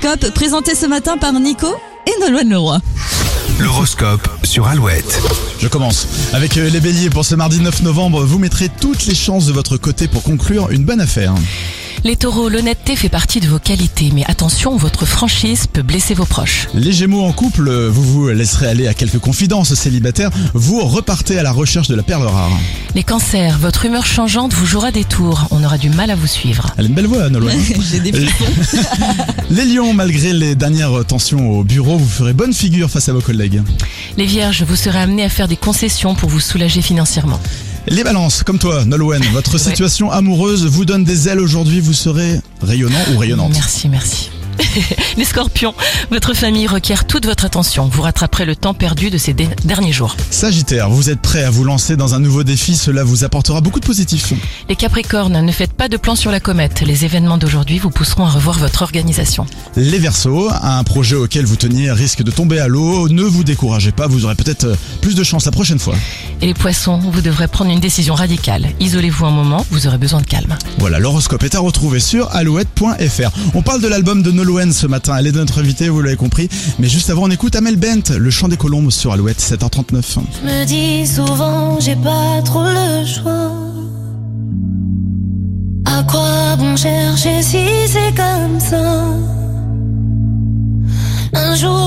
L'horoscope présenté ce matin par Nico et Nolwenn Leroy. L'horoscope sur Alouette. Je commence. Avec euh, les béliers pour ce mardi 9 novembre, vous mettrez toutes les chances de votre côté pour conclure une bonne affaire. Les taureaux, l'honnêteté fait partie de vos qualités, mais attention, votre franchise peut blesser vos proches. Les gémeaux en couple, euh, vous vous laisserez aller à quelques confidences célibataires, vous repartez à la recherche de la perle rare. Les cancers, votre humeur changeante vous jouera des tours, on aura du mal à vous suivre. Elle a une belle voix, Nolwenn. J'ai des les lions, malgré les dernières tensions au bureau, vous ferez bonne figure face à vos collègues. Les vierges, vous serez amenés à faire des concessions pour vous soulager financièrement. Les balances, comme toi, Nolwenn, votre Ouais. situation amoureuse vous donne des ailes aujourd'hui, vous serez rayonnant ou rayonnante. Merci, merci. Les scorpions, votre famille requiert toute votre attention, vous rattraperez le temps perdu de ces dé- derniers jours. Sagittaire, vous êtes prêt à vous lancer dans un nouveau défi, cela vous apportera beaucoup de positifs. Les capricornes, ne faites pas de plan sur la comète, les événements d'aujourd'hui vous pousseront à revoir votre organisation. Les Verseaux, un projet auquel vous teniez risque de tomber à l'eau, ne vous découragez pas, vous aurez peut-être euh, plus de chance la prochaine fois. Et les poissons, vous devrez prendre une décision radicale, isolez-vous un moment, vous aurez besoin de calme. Voilà, l'horoscope est à retrouver sur alouette.fr. On parle de l'album de Nolwenn ce matin, elle est de notre invitée, vous l'avez compris, mais juste avant on écoute Amel Bent, le chant des colombes sur Alouette 7h39. Je me dis souvent, j'ai pas trop le choix. À quoi bon chercher si c'est comme ça? Un jour.